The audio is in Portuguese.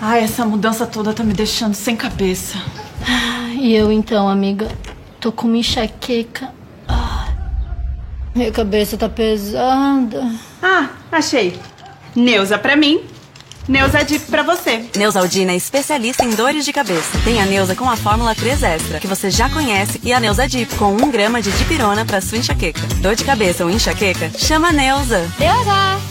Ai, essa mudança toda tá me deixando sem cabeça. E eu então, amiga? Tô com uma enxaqueca. Ah, minha cabeça tá pesada. Ah, achei. Neuza pra mim, Neuza Dip pra você. Neusaldina é especialista em dores de cabeça. Tem a Neuza com a fórmula 3 Extra, que você já conhece, e a Neuza Dip com 1 grama de dipirona pra sua enxaqueca. Dor de cabeça ou enxaqueca? Chama a Neuza. Deu azar.